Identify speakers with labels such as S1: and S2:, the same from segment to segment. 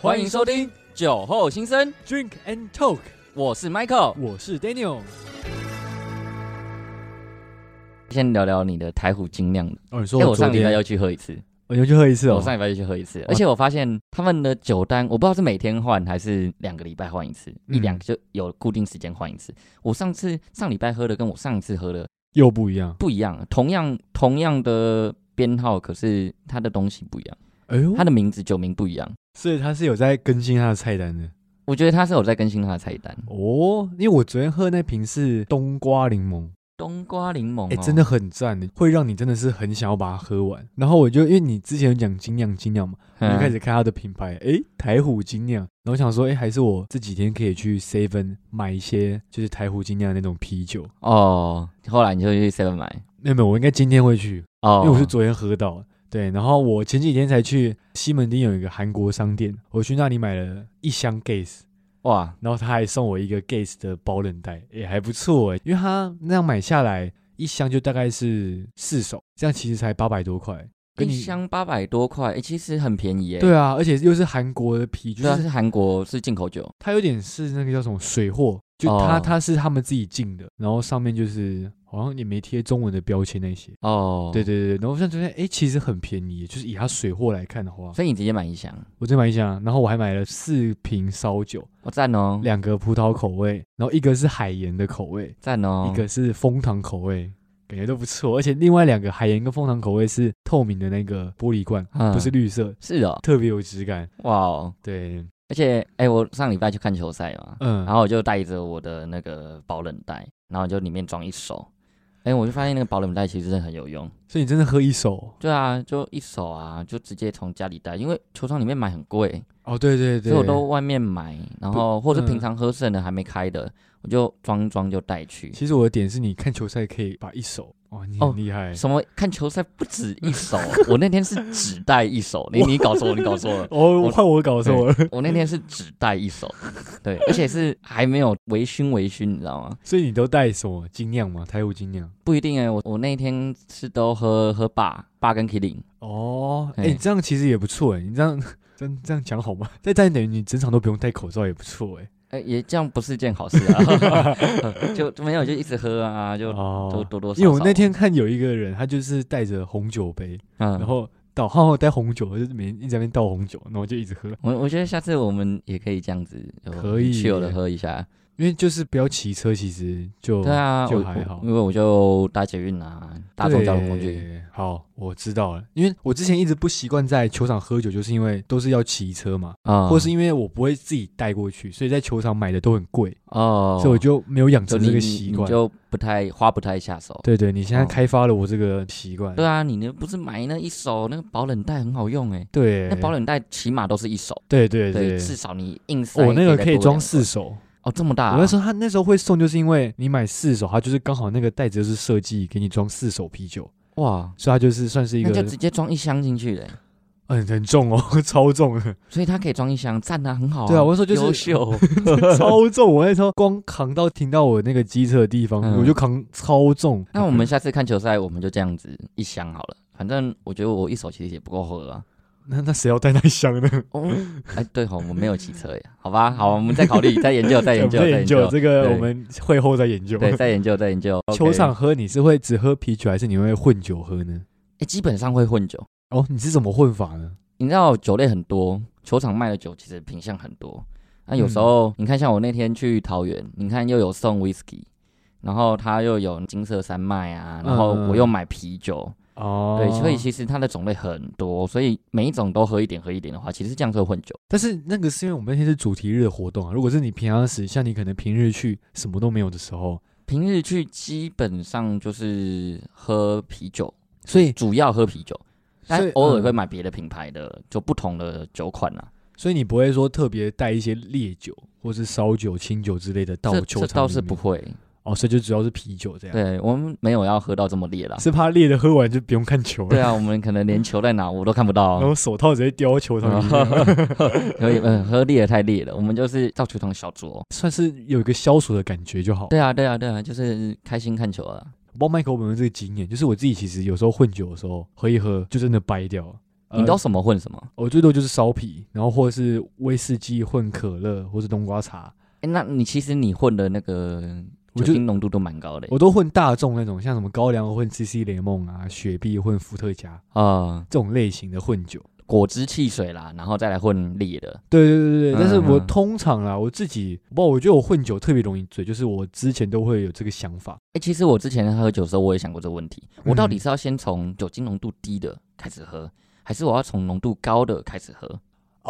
S1: 欢迎收听酒后心声，
S2: Drink and Talk，
S1: 我是 Michael。
S2: 我是 Daniel。
S1: 先聊聊你的台虎精酿的，
S2: 哦，你说
S1: 哎因为我上礼拜又
S2: 要
S1: 去喝一次，
S2: 我又去喝一次哦
S1: 我上礼拜又去喝一次，而且我发现他们的酒单，我不知道是每天换还是两个礼拜换一次，一
S2: 嗯
S1: 两就有固定时间换一次。我上次上礼拜喝的跟我上一次喝的
S2: 又不一样。
S1: 不一样，同样同样的编号，可是它的东西不一样，
S2: 哎呦
S1: 它，的名字酒名不一样。
S2: 所以他是有在更新他的菜单的
S1: 我觉得它是有在更新它的菜单，
S2: 哦。因为我昨天喝那瓶是冬瓜柠檬，
S1: 冬瓜柠檬、哦，
S2: 哎、真的很赞的，会让你真的是很想要把它喝完。然后我就因为你之前有讲精酿精酿嘛，我
S1: 嗯，
S2: 就开始看它的品牌，哎、台虎精酿。然后我想说，哎、还是我这几天可以去 Seven 买一些就是台虎精酿的那种啤酒。
S1: 哦，后来你就去 Seven 买
S2: 没有没有，我应该今天会去，
S1: 哦，
S2: 因为我是昨天喝到的。对，然后我前几天才去西门町有一个韩国商店，我去那里买了一箱 Gas，
S1: 哇，
S2: 然后他还送我一个 Gas 的保冷袋，也还不错欸诶，因为他那样买下来一箱就大概是四手，这样其实才八百多块。跟
S1: 一
S2: 你
S1: 箱八百多块，哎、其实很便宜耶、
S2: 对啊，而且又是韩国的啤，
S1: 对啊，
S2: 就是是
S1: 韩国是进口酒，
S2: 它有点是那个叫什么水货，就它
S1: 哦
S2: 它是他们自己进的，然后上面就是好像也没贴中文的标签那些。
S1: 哦，
S2: 对，对对，然后像昨天哎，其实很便宜，就是以它水货来看的话，
S1: 所以你直接买一箱，
S2: 我再买一箱，然后我还买了四瓶烧酒，
S1: 我、赞哦，
S2: 两个葡萄口味，然后一个是海盐的口味，
S1: 赞哦，
S2: 一个是枫糖口味，感觉都不错。而且另外两个海盐跟枫糖口味是透明的那个玻璃罐，
S1: 嗯
S2: 不是绿色，
S1: 是哦，
S2: 特别有质感。
S1: 哇哦，
S2: 对，
S1: 而且哎、我上礼拜去看球赛嘛，
S2: 嗯，
S1: 然后我就带着我的那个保冷袋，然后就里面装一手，哎、我就发现那个保冷袋其实真的很有用，
S2: 所以你真的喝一手
S1: 对啊，就一手啊，就直接从家里带，因为球场里面买很贵，
S2: 哦？对对
S1: 所
S2: 对，
S1: 以我都外面买，然后或者平
S2: 嗯
S1: 常喝剩的还没开的，我就装一装就带去。
S2: 其实我的点是你看球赛可以把一手，哇，你
S1: 哦
S2: 很厉害。
S1: 什么看球赛不止一手，我那天是只带一手，你你搞错，你搞错了，
S2: 哦，
S1: 我
S2: 换我搞错了，
S1: 我那天是只带一手，对，而且是还没有微醺微醺，你知道吗？
S2: 所以你都带什么精酿吗？台虎精酿。
S1: 不一定哎、我我那天是都喝喝霸霸跟 Killing，
S2: 哦，哎、
S1: 嘿
S2: 这样其实也不错哎，你这 样这样这样讲好 吗？但但等于你整场都不用戴口罩也不错哎。
S1: 哎、也这样不是件好事啊， 就就没有就一直喝啊，就都
S2: 哦，
S1: 多多少少。
S2: 因为我那天看有一个人，他就是带着红酒杯，
S1: 嗯，
S2: 然后倒，然后带红酒，就是每天一直在那边倒红酒，然后就一直喝，
S1: 我我觉得下次我们也可以这样子，就
S2: 可以
S1: 去有的喝一下。
S2: 因为就是不要骑车，其实就
S1: 对啊，
S2: 就
S1: 我
S2: 还好
S1: 我因为我就搭捷运啊，大众交通工具。
S2: 对。好，我知道了，因为我之前一直不习惯在球场喝酒，就是因为都是要骑车嘛，
S1: 啊，
S2: 或是因为我不会自己带过去，所以在球场买的都很贵，
S1: 哦，
S2: 所以我就没有养
S1: 就
S2: 成
S1: 你
S2: 这个
S1: 你
S2: 习
S1: 你
S2: 惯。
S1: 就不太花不太下手。
S2: 对对，你现在
S1: 哦
S2: 开发了我这个习惯。
S1: 对啊，你那不是买那一手那个保冷袋很好用哎，
S2: 对，
S1: 那保冷袋起码都是一手，
S2: 对对对，哦
S1: 至少你硬塞
S2: 我那个
S1: 再
S2: 可以
S1: 多
S2: 装
S1: 两
S2: 四手。
S1: 哦这么大啊，
S2: 我那时候他那时候会送，就是因为你买四手，它就是刚好那个袋子就是设计给你装四手啤酒，
S1: 哇，
S2: 所以它就是算是一
S1: 那
S2: 个
S1: 就直接装一箱进去嘞，
S2: 很 很重哦，超重 的，
S1: 所以它可以装一箱，赞啊，很好 啊。
S2: 对啊我那时候就是
S1: 优秀，
S2: 超重。我那时候光扛到停到我那个机车的地方，
S1: 嗯
S2: 我就扛超重。
S1: 那我们下次看球赛，我们就这样子一箱好了。反正我觉得我一手其实也不够喝啊。
S2: 那那谁要带那一箱 呢？
S1: 哦，哎，对吼，我们没有骑车耶。好吧，好，我们再考虑，再研究，再研 究，
S2: 我
S1: 再
S2: 们
S1: 研
S2: 研
S1: 究
S2: 究，这个，
S1: 对
S2: 我们会后再研究。
S1: 对，再研究，再研究。
S2: 球
S1: OK
S2: 场，喝你是会只喝啤酒，还是你会混酒喝呢？
S1: 哎，基本上会混酒。
S2: 哦，你是怎么混法呢？
S1: 你知道酒类很多，球场卖的酒其实品相很多。那有
S2: 嗯
S1: 时候、你看，像我那天去桃园，你看又有送 whisky，然后它又有金色山脉啊，然后
S2: 嗯
S1: 我又买啤酒，
S2: 哦，
S1: 对，所以其实它的种类很多，所以每一种都喝一点喝一点的话，其实这样是会混酒。
S2: 但是那个是因为我们那天是主题日的活动啊。如果是你平常时，像你可能平日去什么都没有的时候，
S1: 平日去基本上就是喝啤酒，
S2: 所以
S1: 主要喝啤酒，
S2: 所
S1: 但
S2: 以
S1: 偶尔会
S2: 嗯
S1: 买别的品牌的，就不同的酒款啊。
S2: 所以你不会说特别带一些烈酒或是烧酒、清酒之类的到
S1: 这
S2: 球
S1: 这
S2: 场
S1: 倒
S2: 里
S1: 是
S2: 面
S1: 不会，
S2: 哦，所以就主要是啤酒这样。，
S1: 对我们没有要喝到这么烈啦。
S2: 是怕烈的喝完就不用看球了，
S1: 对啊啊，我们可能连球在哪我都看不 到
S2: 然。 后手套直接丢到球场里
S1: 哦
S2: 面，
S1: 可以，嗯，喝烈的太烈了，我们就是到球场小酌。
S2: 算是有一个消暑的感觉就好。
S1: 对啊，对啊，对啊，就是开心看球啊。
S2: 我不知道麦克有没有这个经验，就是我自己其实有时候混酒的时候喝一喝就真的掰掉了。呃
S1: 你都什么混什么？
S2: 我最多就是烧啤，然后或者是威士忌混可乐，或是冬瓜茶，
S1: 哎、那你其实你混的那个
S2: 我
S1: 酒
S2: 就
S1: 精浓度都蛮高的、欸。
S2: 我都混大众那种，像什么高粱混 CC 雷梦啊，雪碧混伏特加
S1: 啊、
S2: 这种类型的混酒。
S1: 果汁汽水啦，然后再来混烈的。
S2: 对对对对，
S1: 嗯
S2: 但是我
S1: 嗯
S2: 通常啦，我自己不，知道，我觉得我混酒特别容易醉，就是我之前都会有这个想法，
S1: 哎、其实我之前喝酒的时候，我也想过这个问题：我到底
S2: 嗯
S1: 是要先从酒精浓度低的开始喝，还是我要从浓度高的开始喝？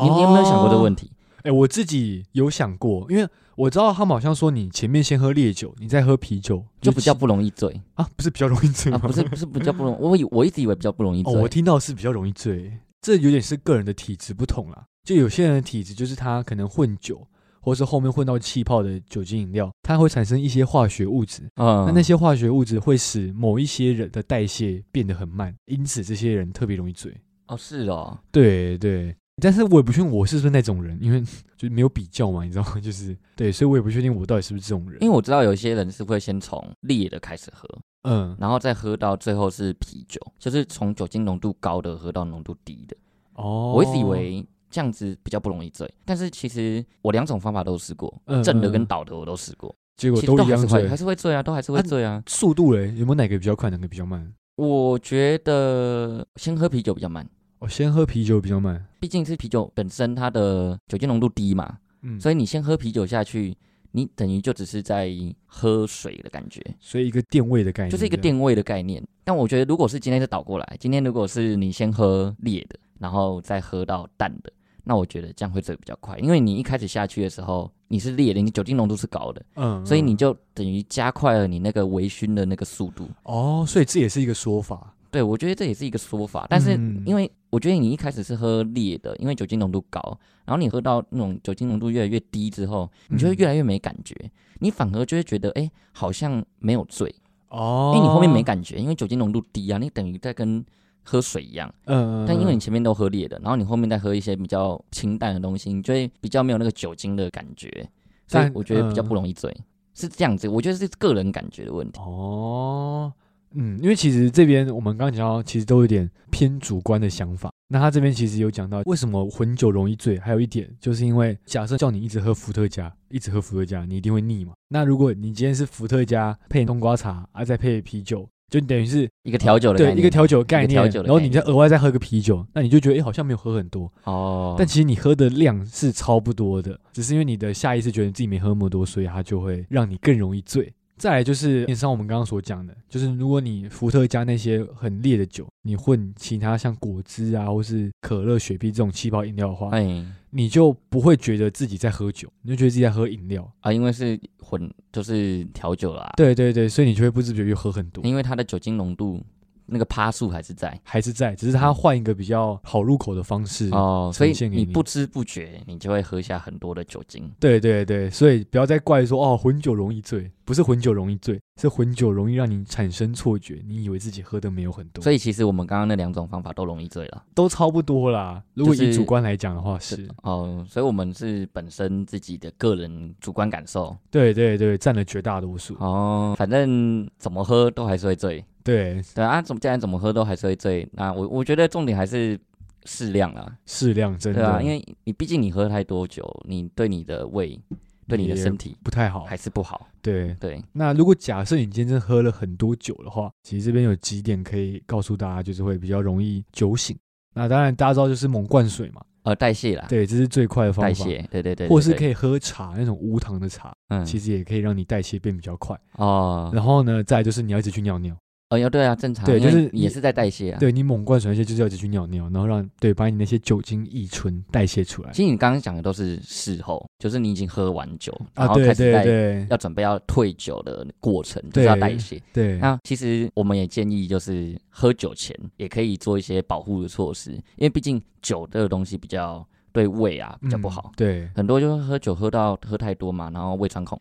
S1: 你你有没有想过这个
S2: 题？
S1: 问题？
S2: 哎、我自己有想过，因为我知道他们好像说你前面先喝烈酒，你再喝啤酒，
S1: 就比较
S2: 其
S1: 不容易醉
S2: 啊，不是比较容易醉吗？
S1: 啊，不是不是比较不容，我以我一直以为比较不容易
S2: 哦，
S1: 醉。
S2: 我听到是比较容易醉，这有点是个人的体质不同啦。就有些人的体质就是他可能混酒，或是后面混到气泡的酒精饮料，它会产生一些化学物质，
S1: 嗯
S2: 那那些化学物质会使某一些人的代谢变得很慢，因此这些人特别容易醉。
S1: 哦是哦，
S2: 对对，但是我也不确定我是不是那种人，因为 就是没有比较嘛，你知道吗？ 就是对，所以我也不确定我到底是不是这种人。
S1: 因为我知道有一些人是会先从烈的开始喝，
S2: 嗯，
S1: 然后再喝到最后是啤酒，就是从酒精浓度高的喝到浓度低的。
S2: 哦，
S1: 我一直以为这样子比较不容易醉，但是其实我两种方法都试过，
S2: 嗯
S1: 正的
S2: 嗯
S1: 跟倒的我都试过，
S2: 结果
S1: 其实
S2: 都
S1: 都
S2: 一
S1: 还是
S2: 样
S1: 会还
S2: 醉。
S1: 是会醉啊，都还是
S2: 啊
S1: 会醉啊。
S2: 速度嘞，有没有哪个比较快，哪个比较慢？
S1: 我觉得先喝啤酒比较慢，
S2: 我、哦先喝啤酒比较慢。
S1: 毕竟是啤酒本身它的酒精浓度低嘛，
S2: 嗯，所以
S1: 所以你先喝啤酒下去，你等于就只是在喝水的感觉，
S2: 所以一个电位的概念，
S1: 就是一个
S2: 这样。
S1: 定位的概念。但我觉得，如果是今天是倒过来，今天如果是你先喝烈的，然后再喝到淡的，那我觉得这样会醉比较快，因为你一开始下去的时候你是烈的，你酒精浓度是高的，
S2: 嗯，
S1: 所以你
S2: 嗯
S1: 就等于加快了你那个微醺的那个速度。
S2: 哦，所以这也是一个说法。
S1: 对，我觉得这也是一个说法，但是
S2: 嗯
S1: 因为我觉得你一开始是喝烈的，因为酒精浓度高，然后你喝到那种酒精浓度越来越低之后，你就会
S2: 嗯
S1: 越来越没感觉，你反而就会觉得哎、诶好像没有醉，
S2: 哦
S1: 因，为你后面没，感觉，因为酒精浓度低啊，你等于在跟喝水一样，
S2: 嗯，嗯
S1: 但因为你
S2: 嗯
S1: 前面都喝烈的，然后你后面再喝一些比较清淡的东西，你就会比较没有那个酒精的感觉，所以
S2: 但
S1: 我觉得比较
S2: 嗯
S1: 不容易醉，是这样子，我觉得是个人感觉的问题。
S2: 哦，嗯，因为其实这边我们刚刚讲到，其实都有点偏主观的想法。那他这边其实有讲到，为什么混酒容易醉，还有一点就是因为，假设叫你一直喝伏特加，一直喝伏特加，你一定会腻嘛。那如果你今天是伏特加配冬瓜茶，啊，再配啤酒，就等于是
S1: 一个调酒的
S2: 对
S1: 概念，
S2: 一个调酒概
S1: 一个调
S2: 念，
S1: 酒的
S2: 然后
S1: 概
S2: 你再
S1: 念
S2: 额外再喝个啤酒，那你就觉得哎、诶好像没有喝很多，
S1: 哦，
S2: 但其实你喝的量是超不多的，只是因为你的下意识觉得自己没喝那么多，所以它就会让你更容易醉。再来就是，面上我们刚刚所讲的，就是如果你伏特加那些很烈的酒，你混其他像果汁啊，或是可乐、雪碧这种气泡饮料的话，
S1: 哎。
S2: 你就不会觉得自己在喝酒，你就觉得自己在喝饮料。
S1: 啊，因为是混，就是调酒啦。，
S2: 对对对，所以你就会不自觉地喝很多，
S1: 因为它的酒精浓度那个趴数还是在
S2: 还是在，只是它换一个比较好入口的方式。
S1: 哦，所以
S2: 呈现给
S1: 你
S2: 你
S1: 不知不觉你就会喝下很多的酒精。
S2: 对对对，所以不要再怪说哦，混酒容易醉，不是混酒容易醉，是混酒容易让你产生错觉，你以为自己喝的没有很多，
S1: 所
S2: 以
S1: 以其实我们刚刚那两种方法都容易醉了。
S2: 都差不多啦。如果
S1: 就是
S2: 以主观来讲的话，是、
S1: 哦，所以我们是本身自己的个人主观感受。
S2: 对对对，占了绝大多数。
S1: 哦，反正怎么喝都还是会醉。
S2: 对，
S1: 对啊，怎么既然怎么喝都还是会醉，那我我觉得重点还是适量啊。
S2: 适量真
S1: 对
S2: 的，
S1: 啊，因为你毕竟你喝太多酒，你对你的胃、对你的
S2: 也
S1: 身体
S2: 不太好
S1: 还。是不好。
S2: 对，
S1: 对，
S2: 那如果假设你今天真的喝了很多酒的话，其实这边有几点可以告诉大家，就是会比较容易酒醒。那当然大家知道就是猛灌水嘛，
S1: 呃，代谢啦。
S2: 对，这是最快的方法。
S1: 代谢，对对对，
S2: 或是可
S1: 以，
S2: 以喝茶那种无糖的茶，
S1: 嗯，
S2: 其实也可以让你代谢变比较快。
S1: 哦，
S2: 然后呢，再来就是你要一直去尿尿，
S1: 哦，要对啊，正常，
S2: 对
S1: 因为
S2: 就是
S1: 也是在代谢啊。，
S2: 对你猛灌水那些就是要一直去尿尿，然后让对把你那些酒精乙醇代谢出来
S1: 其实你刚刚讲的都是事后，就是你已经喝完酒，然
S2: 啊，
S1: 后
S2: 对
S1: 开始
S2: 对
S1: 在
S2: 对
S1: 要准备要退酒的过程，就是要
S2: 对
S1: 代谢。
S2: 对，
S1: 那其实我们也建议，就是喝酒前也可以做一些保护的措施，因为毕竟酒这个东西比较对胃啊比较不
S2: 嗯
S1: 好。
S2: 对
S1: 很多就是喝酒喝到喝太多嘛，然后胃穿孔，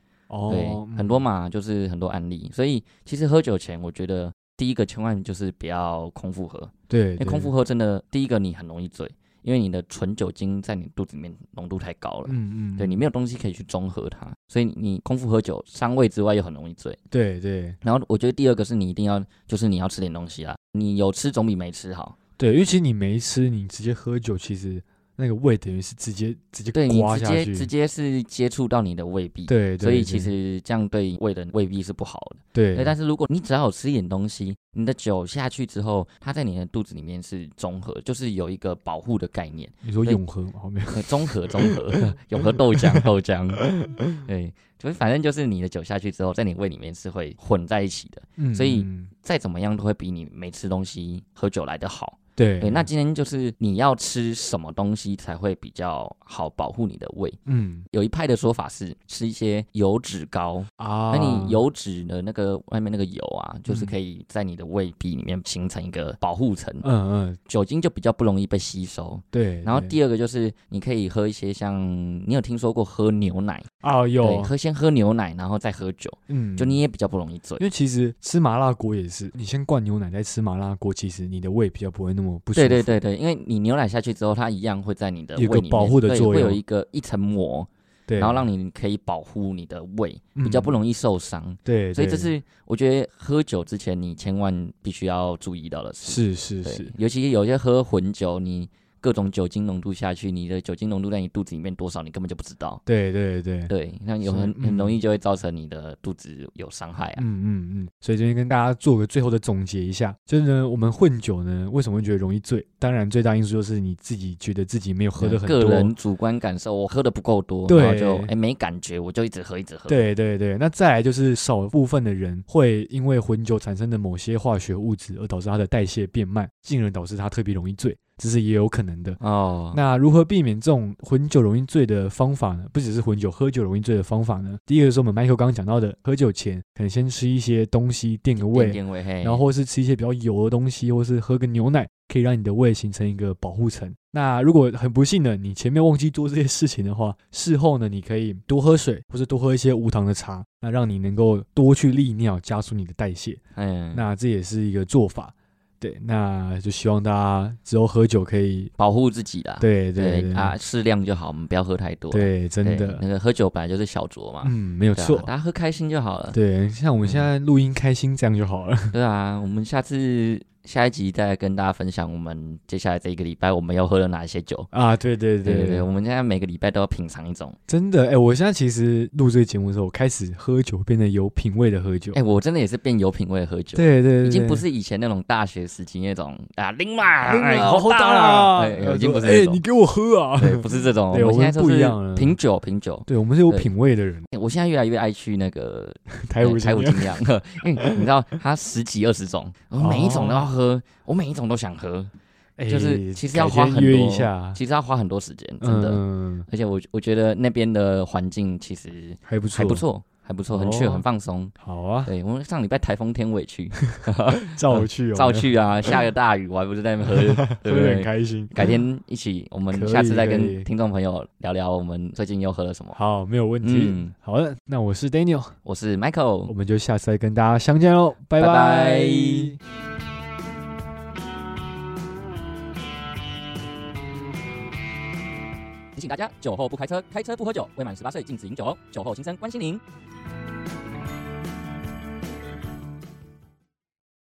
S1: 对，
S2: 哦，嗯
S1: 很多嘛，就是很多案例。所以其实喝酒前，我觉得第一个千万就是不要空腹喝，
S2: 对
S1: 因为
S2: 对
S1: 空腹喝真的，第一个你很容易醉，因为你的纯酒精在你肚子里面浓度太高了，
S2: 嗯嗯，
S1: 对你没有东西可以去中和它，所以你你空腹喝酒伤胃之外又很容易醉。
S2: 对对
S1: 啊然后我觉得第二个是你一定要，就是你要吃点东西啦，你有吃总比没吃好。
S2: 对，因为其实你没吃，你直接喝酒，其实那个胃等于是直接直接
S1: 对你
S2: 刮
S1: 直
S2: 下
S1: 接
S2: 去。
S1: 直接是接触到你的胃壁，
S2: 对对，
S1: 所以
S2: 对
S1: 其实这样对胃的胃壁是不好的。
S2: 对，啊
S1: 对，但
S2: 是
S1: 是如果你只要有吃一点东西，你的酒下去之后，它在你的肚子里面是中和，就是有一个保护的概念，
S2: 你说
S1: 对
S2: 永和嘛，没有，
S1: 呃中和中 和永和豆浆豆 浆，对，所以反正就是你的酒下去之后，在你胃里面是会混在一起的，
S2: 嗯
S1: 所以
S2: 嗯
S1: 再怎么样都会比你没吃东西喝酒来的好。
S2: 对
S1: 对，那今天就是你要吃什么东西才会比较好保护你的胃。
S2: 嗯
S1: 有一派的说法是吃一些油脂高，
S2: 啊，
S1: 那你油脂的那个外面那个油啊，就
S2: 嗯
S1: 是可以在你的胃壁里面形成一个保护层，
S2: 嗯嗯
S1: 酒精就比较不容易被吸收。
S2: 对，
S1: 然后
S2: 对
S1: 第二个就是你可以喝一些像你有听说过喝牛奶，
S2: 啊
S1: 对，
S2: 有
S1: 喝先喝牛奶，然后再喝酒，
S2: 嗯
S1: 就你也比较不容易醉
S2: 因。为其实吃麻辣锅也是，你先灌牛奶再吃麻辣锅，其实你的胃比较不会那么不舒服。
S1: 对对对对，因为你牛奶下去之后，它一样会在你的
S2: 有一个
S1: 胃里面
S2: 保护的
S1: 对
S2: 作
S1: 会有
S2: 用
S1: 一个一层膜，
S2: 对，
S1: 然后让你可以保护你的胃，比较不
S2: 容
S1: 容易受伤。
S2: 对，
S1: 所以这
S2: 对
S1: 是我觉得喝酒之前你千万必须要注意到的事。
S2: 是是
S1: 对，
S2: 是，
S1: 尤其有些喝混酒，你各种酒精浓度下去，你的酒精浓度在你肚子里面多少，你根本就不知道。
S2: 对对对，
S1: 对，那有
S2: 是
S1: 很很
S2: 嗯
S1: 容易就会造成你的肚子有伤害啊。
S2: 嗯嗯嗯，所以这边跟大家做个最后的总结一下，就是呢，我们混酒呢，为什么会觉得容易醉？当然，最大因素就是你自己觉得自己没有喝的很
S1: 嗯个人
S2: 多。
S1: 主观感受，我喝的不够多，
S2: 对
S1: 然后就哎没感觉，我就一直喝一直喝。
S2: 对对对，那再来就是少部分的人会因为混酒产生的某些化学物质而导致它的代谢变慢，进而导致它特别容易醉，这是也有可能的。
S1: 哦，
S2: 那如何避免这种混酒容易醉的方法呢？不只是混酒喝酒容易醉的方法呢？第一个是我们 Michael 刚刚讲到的，喝酒前可能先吃一些东西垫个
S1: 点
S2: 胃，
S1: 点味嘿，
S2: 然后或是吃一些比较油的东西，或是喝个牛奶，可以让你的胃形成一个保护层。那如果很不幸的你前面忘记做这些事情的话，事后呢，你可以多喝水，或是多喝一些无糖的茶，那让你能够多去利尿，加速你的代谢。
S1: 嗯，
S2: 那这也是一个做法。对，那就希望大家之后喝酒可以，
S1: 保护自己啦。
S2: 对对
S1: 对啊，适量就好，我们不要喝太多。
S2: 对，真
S1: 对，
S2: 的
S1: 那，个喝酒本来就是小酌嘛，
S2: 嗯，没有
S1: 对啊
S2: 错，
S1: 大家喝开心就好了。
S2: 对，像我们
S1: 嗯
S2: 现在录音开心这样就好了，
S1: 对啊，我们下次下一集再来跟大家分享我们接下来这一个礼拜我们要喝了哪一些酒。
S2: 啊，对对
S1: 对对
S2: 对
S1: 对，我们现在每个礼拜都要品尝一种。
S2: 真的，哎、我现在其实录这个节目的时候，我开始喝酒变得有品味的喝酒，
S1: 哎、我真的也是变有品味地喝酒，
S2: 对对对，
S1: 已经不
S2: 对。
S1: 是以前那种大学时期那种啊拎嘛，
S2: 哎
S1: 哎，
S2: 好
S1: 好
S2: 大啦！
S1: 啦，哎已经不是
S2: 哎、
S1: 那
S2: 你
S1: 种，
S2: 给我喝啊！
S1: 对，不是这种，
S2: 对
S1: 我
S2: 我
S1: 现在
S2: 们
S1: 都
S2: 不一
S1: 是
S2: 样了
S1: 品酒品酒。
S2: 对，我们是有
S1: 对
S2: 品味的人，
S1: 哎我现在越来越爱去那个
S2: 台舞
S1: 台
S2: 舞
S1: 舞精酿， 因哎为你知道它十几二十种，我每一种都要喝，我每一种都想喝，就是其实要花很
S2: 哎约
S1: 多
S2: 一下，
S1: 其实要花很多时间，真的。
S2: 嗯，
S1: 而且我我觉得那边的环境其实
S2: 还不错，
S1: 还不。错，还不错，很去
S2: 哦
S1: 很放松。
S2: 好啊，
S1: 对我们上礼拜台风天我也去，
S2: 照去、哦，
S1: 照，去啊，下个大雨我还不是在那 边喝，
S2: 喝
S1: 对不
S2: 得很
S1: 对？
S2: 开心。
S1: 改天一起，我们
S2: 嗯可以
S1: 下次再
S2: 可以
S1: 跟听众朋友聊聊我们最近又喝了什么。
S2: 好，没有问题。
S1: 嗯，
S2: 好的，那我是 Daniel，
S1: 我是
S2: 我
S1: Michael，
S2: 们就下次再跟大家相见喽，拜
S1: 拜
S2: 拜
S1: 拜提醒大家：酒后不开车，开车不喝酒，未满十八岁禁止饮酒哦。酒后心生关心您。